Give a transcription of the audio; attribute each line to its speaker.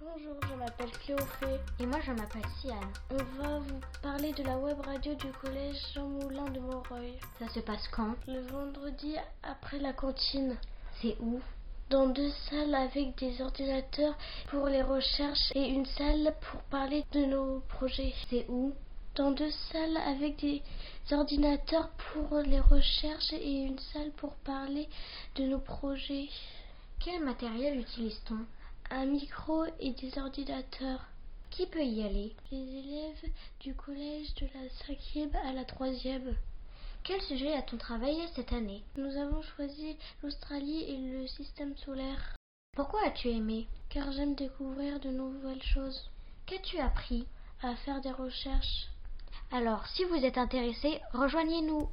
Speaker 1: Bonjour, je m'appelle Cléophée.
Speaker 2: Et moi, je m'appelle Sian.
Speaker 1: On va vous parler de la web radio du collège Jean Moulin de Montreuil.
Speaker 2: Ça se passe quand
Speaker 1: Le vendredi après la cantine.
Speaker 2: C'est où
Speaker 1: Dans deux salles avec des ordinateurs pour les recherches et une salle pour parler de nos projets.
Speaker 2: C'est où
Speaker 1: Dans deux salles avec des ordinateurs pour les recherches et une salle pour parler de nos projets.
Speaker 2: Quel matériel utilise-t-on
Speaker 1: Un micro et des ordinateurs.
Speaker 2: Qui peut y aller
Speaker 1: Les élèves du collège de la cinquième à la troisième.
Speaker 2: Quel sujet a-t-on travaillé cette année
Speaker 1: Nous avons choisi l'Australie et le système solaire
Speaker 2: Pourquoi as-tu aimé
Speaker 1: car j'aime découvrir de nouvelles choses,
Speaker 2: Qu'as-tu appris
Speaker 1: à faire des recherches.
Speaker 2: Alors, si vous êtes intéressé, rejoignez-nous